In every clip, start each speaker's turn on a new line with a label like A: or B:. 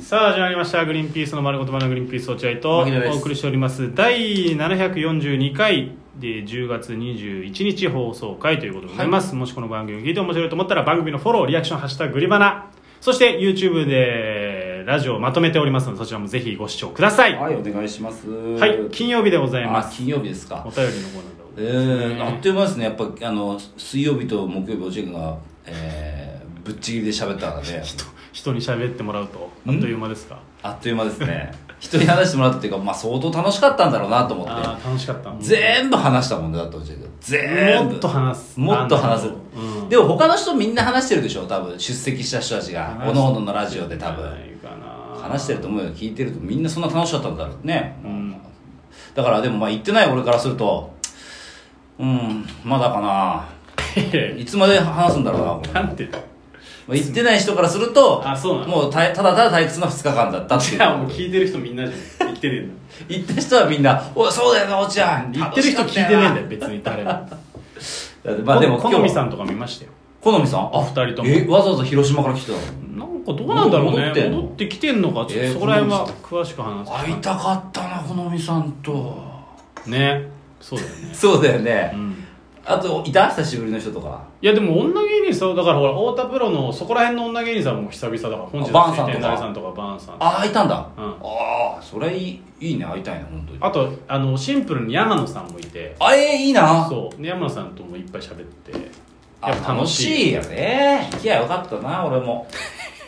A: さあ始まりました「グリーンピースの丸ごと丸グリーンピース落合」と
B: 牧野です
A: お送りしております第742回で10月21日放送回ということでございます、もしこの番組を聞いて面白いと思ったら番組のフォローリアクション「ハッシュタググリバナ」そして YouTube でラジオをまとめておりますのでそちらもぜひご視聴ください、は
B: はい、お願いします。
A: い
B: は
A: 金曜日でございま
B: あ、
A: す
B: 金曜日ですか
A: お。便りのコーナー
B: え
A: でございますね、
B: ー、あっという間ですね。やっぱあの水曜日と木曜日おじい君が、えー、ぶっちぎりで喋ったので、
A: 人人に喋ってもらうとあっという間ですか
B: あっという間ですね。人に話してもらったっていうか、まあ相当楽しかったんだろうなと思って
A: あ。あ楽しかった
B: 全部話したもんねだっておじい君。全部。
A: もっと話す
B: もっと話す
A: なんだろううん。
B: でも他の人みんな話してるでしょ。多分出席した人たちが、
A: 話
B: おのおののラジオで多分。
A: ないかな
B: 話してると思うよ聞いてるとみんなそんな楽しかったんだろうね、
A: ん
B: だからでもまあ言ってない俺からするとうんまだかない
A: やい
B: いつまで話すんだろうなこれ
A: やなんて
B: まあ言ってない人からすると
A: あそうなの
B: もうたただただ退屈な2日間だったっていう
A: じゃあもう聞いてる人みんなじゃん言ってねえん だ
B: 言った人はみんな「おいそうだよなおっちゃん
A: 言ってる人聞いてねえんだよ
B: よ
A: 別に誰も
B: だってまあでも
A: 好みさ
B: ん
A: んとか見ましたよ
B: 好みさんあ
A: 二人とも
B: えわざわざ広島から来てたの
A: なんかどうなんだろうね
B: 戻ってんの
A: 戻ってきてんのかちょっと
B: えー
A: そこら辺は詳しく話
B: 会いたかったな好みさんと
A: すねそうだよね
B: そうだよね、
A: うん
B: あといた久しぶりの人とか
A: いやでも女芸人さんだからほら太田プロのそこら辺の女芸人さんも久々だから本日
B: バーンさんとか
A: 天才さんとかバーンさん
B: ああいたんだ、
A: うん
B: ああそれいいいいね会いたいね本当に
A: あとあのシンプルに山野さんもいて
B: あえー、いいな
A: そうで山野さんともいっぱい喋って
B: あ
A: やっぱ楽しい
B: 楽よね行きゃよかったな俺 も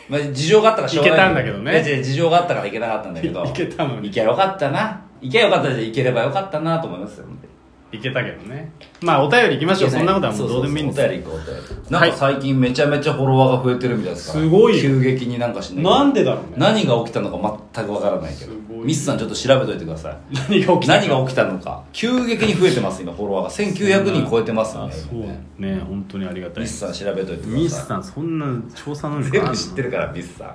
B: まあ事情があったからしょうがない
A: 行けたんだけどね
B: いや違う事情があったから行けなかったんだけど
A: 行けたのに
B: 行きゃよかったな行きゃよかったじゃ行ければよかったなと思いますよ本当に
A: いけたけどねまあお便りいきましょうそんなことはもうどうでもいいんです
B: そう
A: よ
B: そうそうお便り行こうお便りなんか最近めちゃめちゃフォロワーが増えてるみたいですから
A: すごいよ
B: 急激になんかしないけど
A: なんでだろうね
B: 何が起きたのか全くわからないけ
A: す
B: ど
A: ごい
B: ミスさんちょっと調べといてください
A: 何が起きた
B: 何が起きたのか急激に増えてます今フォロワーが1900人超えてます
A: あ
B: ね
A: そう
B: 今ね
A: ね本当にありがたい
B: ミスさん調べといてください
A: ミスさんそんな調査能力あ
B: 全
A: るの
B: 部知ってるからミスさん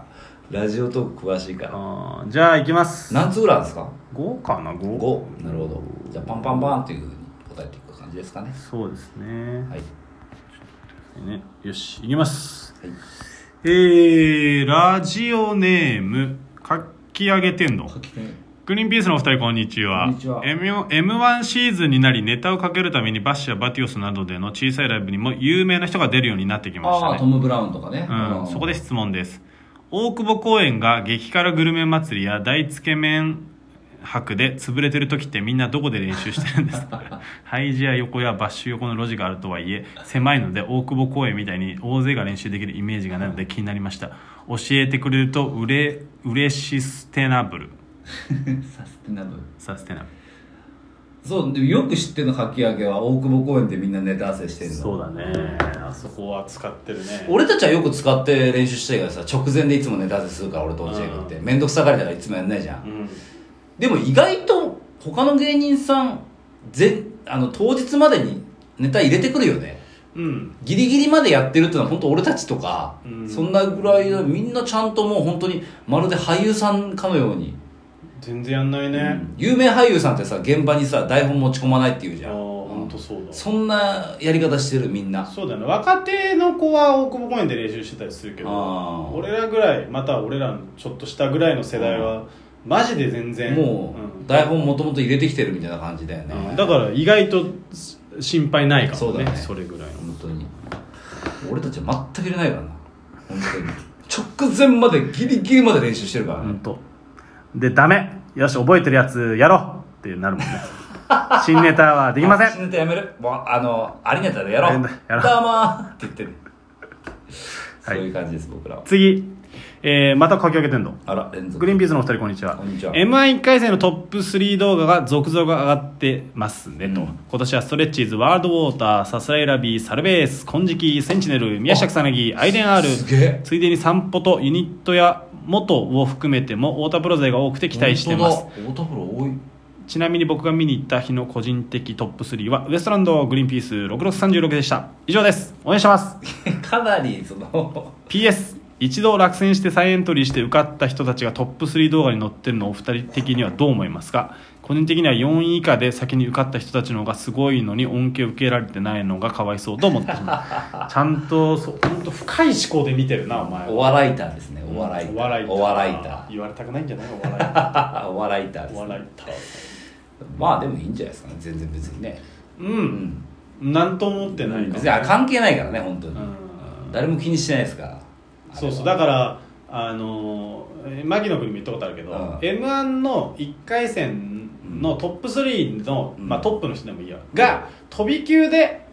B: ラジオトーク詳しいから
A: あーじゃあ行きます
B: 何通ぐらいあるんですか
A: 5かな 5?
B: 5なるほどじゃあパンパンパンっていうふうに答えていく感じですかね
A: そうですね,、
B: はい、
A: ねよし行きます
B: はい、
A: えー、ラジオネームかき上げ天丼グリーンピースのお二人こんにちは
B: こんにちは
A: M- M1 シーズンになりネタをかけるためにバッシュやバティオスなどでの小さいライブにも有名な人が出るようになってきましたね
B: ああトム・ブラウンとかね、
A: うん、そこで
B: し
A: 質問です大久保公園が激辛グルメ祭りや大つけ麺博で潰れてる時ってみんなどこで練習してるんです か廃寺や横やバッシュ横の路地があるとはいえ狭いので大久保公園みたいに大勢が練習できるイメージがないので気になりました教えてくれるとうれ嬉しステナブル
B: サステナブル
A: サステナブ
B: そうでもよく知ってるのかき揚げは大久保公園でみんなネタ合わせしてる
A: ル
B: の
A: だねあそこは使ってるね
B: 俺たちはよく使って練習してるからさ直前でいつもネタ合わせするから俺と落合君って面倒くさがりだからいつもやんないじゃん、
A: うん
B: でも意外と他の芸人さんぜあの当日までにネタ入れてくるよね
A: うん
B: ギリギリまでやってるってのは本当俺たちとか、
A: うん
B: そんなぐらいでみんなちゃんともう本当にまるで俳優さんかのように、
A: 全然やんないね、
B: 有名俳優さんってさ現場にさ台本持ち込まないって言うじゃん、
A: 本当そうだ
B: そんなやり方してるみんな
A: そうだね若手の子は大久保公園で練習してたりするけ
B: あ
A: ど
B: ー
A: 俺らぐらいまたは俺らのちょっとしたぐらいの世代はマジで全然
B: もう台本もともと入れてきてるみたいな感じだよ
A: う
B: ね
A: ん、うんだから意外と心配ないか
B: そ
A: も
B: う
A: ね
B: だ
A: そ
B: ね
A: れぐらいの
B: 本当に俺たちは全く入れないからな本当に直前までギリギリまで練習してるからね、
A: 本当でダメよし覚えてるやつやろうってなるもんね 新ネタはできませ
B: 死
A: ん
B: ぬとやめるもうあのありネタでやろう
A: や
B: ど
A: ろ
B: うも
A: う
B: ーって言ってる、
A: はい
B: そういう感じです僕らは
A: 次、えーまた書き上げてんの
B: あら連続
A: グリーンピースのお二人こんにちは
B: こんにちは
A: m 1 1回戦のトップ3動画が続々上がってますねと、
B: うん
A: 今年はストレッチーズワールドウォーターさすらいラビーサルベース金色センチネル宮下草薙アイデン R
B: すげえ
A: ついでに散歩とユニットや元を含めても太田プロ勢が多くて期待してます
B: 本当だ太田プロ多い
A: ちなみに僕が見に行った日の個人的トップ3はウエストランドグリーンピース6636でした以上ですお願いします
B: かなりその
A: PS 一度落選して再エントリーして受かった人たちがトップ3動画に載ってるのをお二人的にはどう思いますか個人的には4位以下で先に受かった人たちの方がすごいのに恩恵を受けられてないのがかわいそうと思ってしまうちゃんとそう本当深い思考で見てるなお前
B: お
A: は
B: 笑いターですねおお笑い
A: お笑い
B: お笑いた
A: 言われたくないんじゃないお笑
B: お笑いたで
A: い
B: す
A: お笑い た
B: まあでもいいんじゃないですかね全然別にね
A: う
B: うんん
A: なんとも思ってないかも
B: 別にあ関係ないからね本当に、
A: うん
B: 誰も気にしてないですから
A: そうそうだからあのーえ牧野君にも言ったことあるけど、
B: うん
A: m 1の1回戦のトップ3の、
B: うん
A: まあ、トップの人でもいいやが飛び級で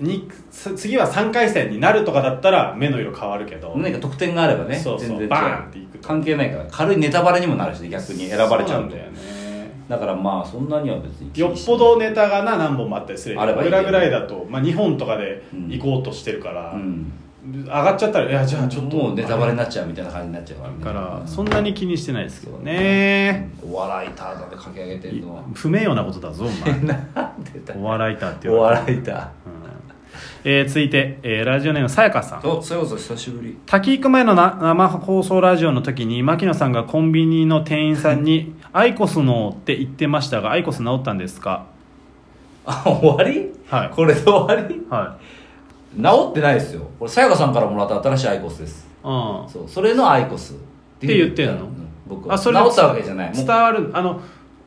A: につ次は3回戦になるとかだったら目の色変わるけど、
B: 何か得点があればね
A: そうそう
B: 全然違う
A: バーンっていくと
B: 関係ないから軽いネタバレにもなるしね逆に選ばれちゃうん
A: そ
B: で
A: なんだよね
B: だからまあそんなには別に気
A: よ
B: に
A: っ
B: しな
A: ぽ
B: い
A: どネタがな何本もあったりする
B: あればいい
A: 俺
B: けど
A: ら
B: ね
A: ぐらいだと、まあ、2本とかで行こうとしてるから、
B: うん
A: 上がっちゃったらいやじゃあちょっと
B: もうネタバレになっちゃうみたいな感じになっちゃうからね
A: だから
B: うん
A: そんなに気にしてないですけど
B: う
A: ね
B: んお笑いターだって書き上げてるのは
A: 不名誉なことだぞお 前
B: なんでだ
A: お笑いたって言
B: お
A: われて
B: 笑いタ
A: うんえー続いて、えーラジオネームさやかさん
B: ーおそれこそ久しぶり
A: 滝行く前のな生放送ラジオの時に牧野さんがコンビニの店員さんに「アイコスの」って言ってましたがアイコス治ったんですか
B: あ終わり
A: はい
B: これで終わり
A: は
B: 治ってないですよこれさやかさんからもらった新しいアイコスです
A: いうん
B: そうそれのアイコスっ
A: って言ってんの
B: う僕は
A: あ
B: 治
A: そ
B: っ
A: れで
B: たわけじゃないもう
A: 伝わるあの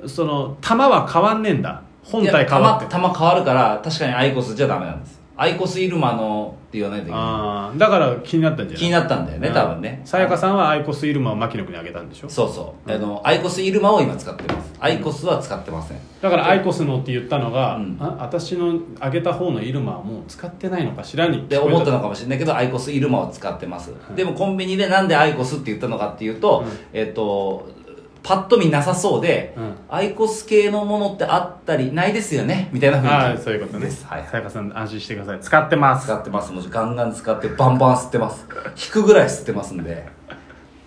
A: その玉は変わんねえんだ本体変わって
B: いや弾弾変わるから確かにアイコスじゃダメなんですアイコスイルマのって言わないといけな
A: ああだから気になったんじゃない
B: い気になったんだよね
A: うん
B: 多分ね
A: さやかさんはアイコスイルマを牧野君にあげたんでしょ
B: そうそう、あのアイコスイルマを今使ってますアイコスは使ってません、
A: だからアイコスのって言ったのが、
B: うん
A: あ私のあげた方のイルマはもう使ってないのかしらに
B: で思ったの
A: か
B: かもしれないけどアイコスイルマを使ってます、でもコンビニでなんでアイコスって言ったのかっていうと、
A: うん
B: えっとパッと見なさそうで、
A: うん
B: アイコス系のものってあったりないですよねみたいな
A: ああ
B: 雰囲気
A: そういうことね
B: ですはい
A: さやかさん安心してください使ってます
B: 使ってますもうガンガン使ってバンバン吸ってます引くぐらい吸ってますんで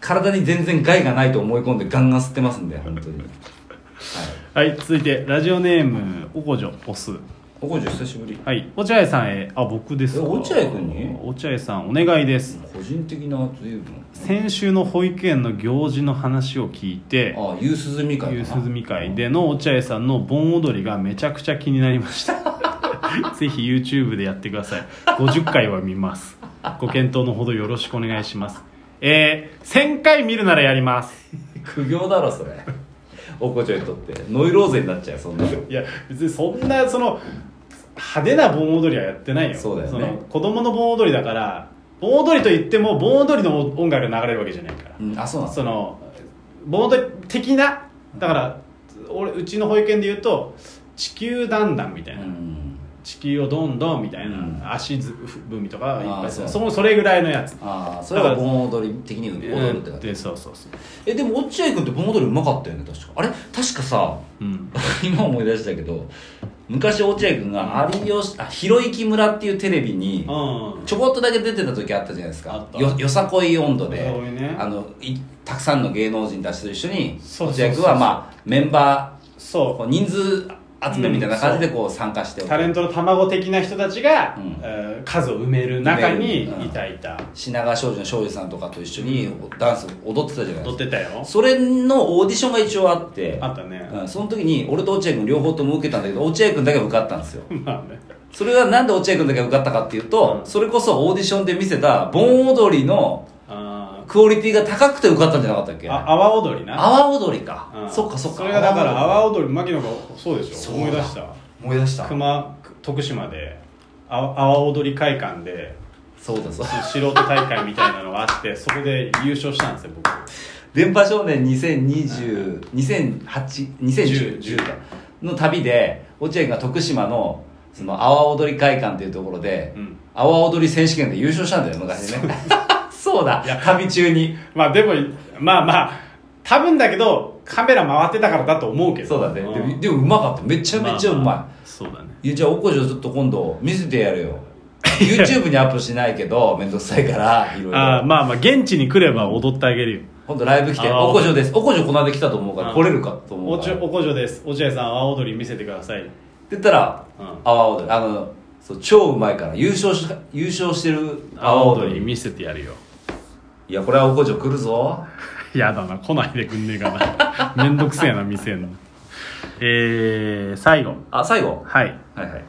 B: 体に全然害がないと思い込んでガンガン吸ってますんで本当にはい
A: はい続いてラジオネームおこじょオス
B: おこじ久しぶり
A: はい落合さんへあ僕ですか
B: え落合君に
A: 落合さんお願いです
B: 個人的な随分
A: 先週の保育園の行事の話を聞いて
B: ああ夕涼み会かな
A: 夕涼み会での落合さんの盆踊りがめちゃくちゃ気になりました ぜひ YouTube でやってください50回は見ますご検討のほどよろしくお願いしますえー、1000回見るならやります
B: 苦行だろそれおこちょいとってノイローゼになっちゃうよそんなの
A: いや別にそんなその派手な盆踊りはやってないよ
B: そうだよね
A: の子供の盆踊りだから盆踊りといっても盆踊りの音楽が流れるわけじゃないから
B: うんあそうなんです
A: その盆踊り的なだから俺うちの保育園で言うと地球団団みたいな、
B: うん
A: 地球をどんどんみたいな、
B: うん
A: 足ず踏みとかいっぱ
B: あー
A: いそ
B: そ
A: そ
B: う
A: それぐらいのやつ
B: ああそれが盆踊り的に踊るって感じ
A: でそうそうそう
B: えでも落合君って盆踊りうまかったよね確かあれ確かさ
A: うん
B: 今思い出したけど昔落合君が有吉あ「ひろゆき村」っていうテレビに
A: うん
B: ちょこっとだけ出てた時あったじゃないです
A: あ
B: か
A: った
B: よよさこい温度で、
A: よさこいね
B: あのいたくさんの芸能人たちと一緒に
A: そうそうそう
B: 落合君は、まあ、メンバーこ
A: そう
B: 人数集めみたいな感じでこう参加して、
A: うタレントの卵的な人たちが、
B: うん
A: えー数を埋める中に
B: 埋めるうん
A: いたいた
B: 品川庄司の庄司さんとかと一緒にダンス踊ってたじゃない
A: 踊
B: で
A: っ
B: すか
A: てたよ
B: それのオーディションが一応あって
A: あったね、
B: うん、その時に俺と落合君両方とも受けたんだけど落合君だけは受かったんですよ
A: まあね
B: それはなんで落合君だけ受かったかっていうと、
A: うん
B: それこそオーディションで見せた盆踊りの
A: あ
B: クオリティが高くて受かったんじゃなかったっけ
A: ーあ阿波踊りな
B: 阿波踊りか、
A: うん
B: そっかそっか
A: それがだから阿
B: 阿
A: 波踊り牧野がそうでしょ
B: そうだ
A: 思い出した
B: 思い出した
A: 熊徳島であ阿波踊り会館で
B: そうだそうだ
A: 素人大会みたいなのがあってそこで優勝したんですよ僕
B: 電波少年2020 2008 2010
A: 10
B: かの旅で落合君が徳島のその阿波踊り会館っていうところで
A: うん
B: 阿波、踊り選手権で優勝したんだよ昔ね そうだ
A: いや
B: 旅中に
A: まあでもまあまあ多分だけどカメラ回ってたからだと思うけど
B: そうだね、で
A: ん
B: もでもうまかっためちゃめちゃうまい、
A: まあまあそうだね
B: いやじゃあおこじょちょっと今度見せてやるよ YouTube にアップしない けど面倒くさいからいろい
A: あー
B: ろ
A: まあまあ現地に来れば踊ってあげるよ
B: 今度ライブ来て
A: あー
B: おこじょですおこじょこの間来たと思うから
A: うん
B: 来れるかと思
A: お
B: うか
A: ち
B: ら
A: ょ
B: って
A: おこじょです落合さん阿波踊り見せてください
B: 言ったら
A: うん
B: 阿波踊りあのそう超うまいから優勝し優勝してる
A: 阿
B: 阿
A: 波
B: 波
A: 踊
B: 踊
A: り
B: り
A: 見せてやるよ
B: いやこれはおこじょ来るぞ
A: やだな来ないでくんねえかな めんどくせえな見せんのえー、最後
B: あ最後
A: はい
B: はいはい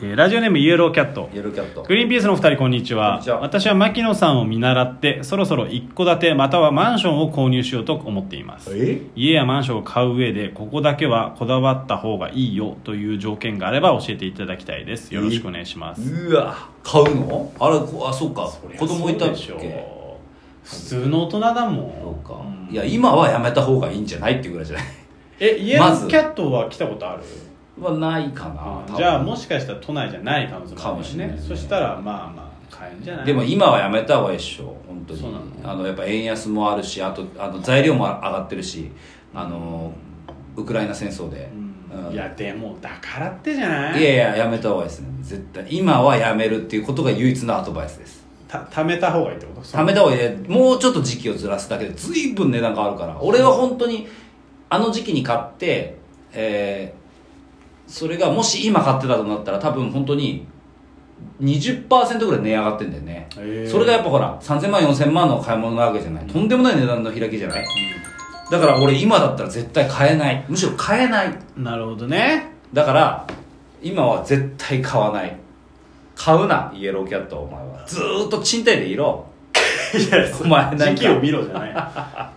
A: えーラジオネームイエローキャット
B: イエローキャット
A: グリーンピースのお二人こんにちは
B: こんにちは
A: 私は牧野さんを見習ってそろそろ一戸建てまたはマンションを購入しようと思っています
B: え
A: 家やマンションを買う上でここだけはこだわった方がいいよという条件があれば教えていただきたいですよろしくお願いします
B: うわ買うのあれこあそうか子供いた
A: そりゃそう
B: っ
A: でし
B: け
A: ょ普通の大人だもん
B: そうか
A: ん
B: いや今はやめた方がいいんじゃないっていうぐらいじゃ ない
A: えイエロ
B: ま
A: ー
B: ず
A: キャットは来たことある
B: はないかな多分
A: じゃあもしかしたら都内じゃない可能性もある
B: かもしれない
A: ねそしたらまあまあ買えんじゃない
B: でも今はやめた方がいいっしょ本当に
A: そうなの
B: あのやっぱ円安もあるしあとあの材料も上がってるしあのウクライナ戦争で、
A: うん
B: うん
A: いやでもだからってじゃない
B: いやいややめた方がいいですね絶対今はやめるっていうことが唯一のアドバイスです
A: た貯めた方がいいってこと
B: 貯めた方がいいねもうちょっと時期をずらすだけで随分値段変わるから俺は本当にあの時期に買って、えーそれがもし今買ってたとなったら多分本当に20%ぐらい値上がってんだよね、
A: へー
B: それがやっぱほら3000万4000万の買い物なわけじゃないとんでもない値段の開きじゃないだから俺今だったら絶対買えないむしろ買えない
A: うんなるほどね
B: だから今は絶対買わない買うなイエローキャットお前はずーっと賃貸でいろ
A: いや
B: お前なんか
A: 時期を見ろじゃない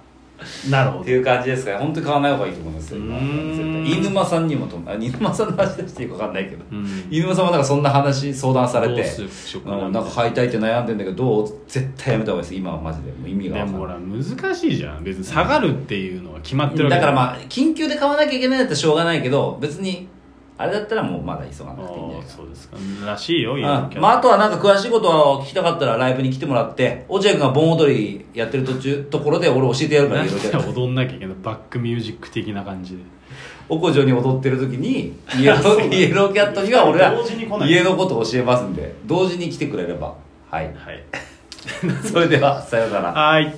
A: なるほ
B: っ
A: ど
B: ていう感じですかね本当に買わない方がいいと思いますよ
A: う
B: 今
A: ーん
B: 絶対飯沼さんにもともあ飯沼さんの話出していいか分かんないけど
A: うん
B: 飯沼さんはなんかそんな話相談され
A: どう
B: て
A: しようかな
B: うんなんか買いたいって悩んでんだけどどう絶対やめた方がいいです今はマジでもう意味が
A: で
B: 分
A: もほ
B: から
A: 難しいじゃん別に下がるっていうのは決まってる
B: ん
A: わけ
B: だからまあ緊急で買わなきゃいけないんだったらしょうがないけど別にあれだったらもうまだ急がな
A: あ
B: くていいんじゃ
A: ー
B: ないかな
A: そうですからしいよイエローキャッ
B: う
A: ト
B: んまあ、あとはなんか詳しいことは聞きたかったらライブに来てもらって落合君が盆踊りやってる途中ところで俺教えてやるから
A: ないん
B: ろい
A: で
B: ろ
A: 踊んなきゃいけないバックミュージック的な感じで
B: おこじょに踊ってる 時にイエロ
A: そうな
B: ー
A: の
B: イエローキャットには俺は
A: 同時に来ない
B: 家のことを教え ますんで同時に来てくれればはい
A: はい
B: それではさようなら
A: はい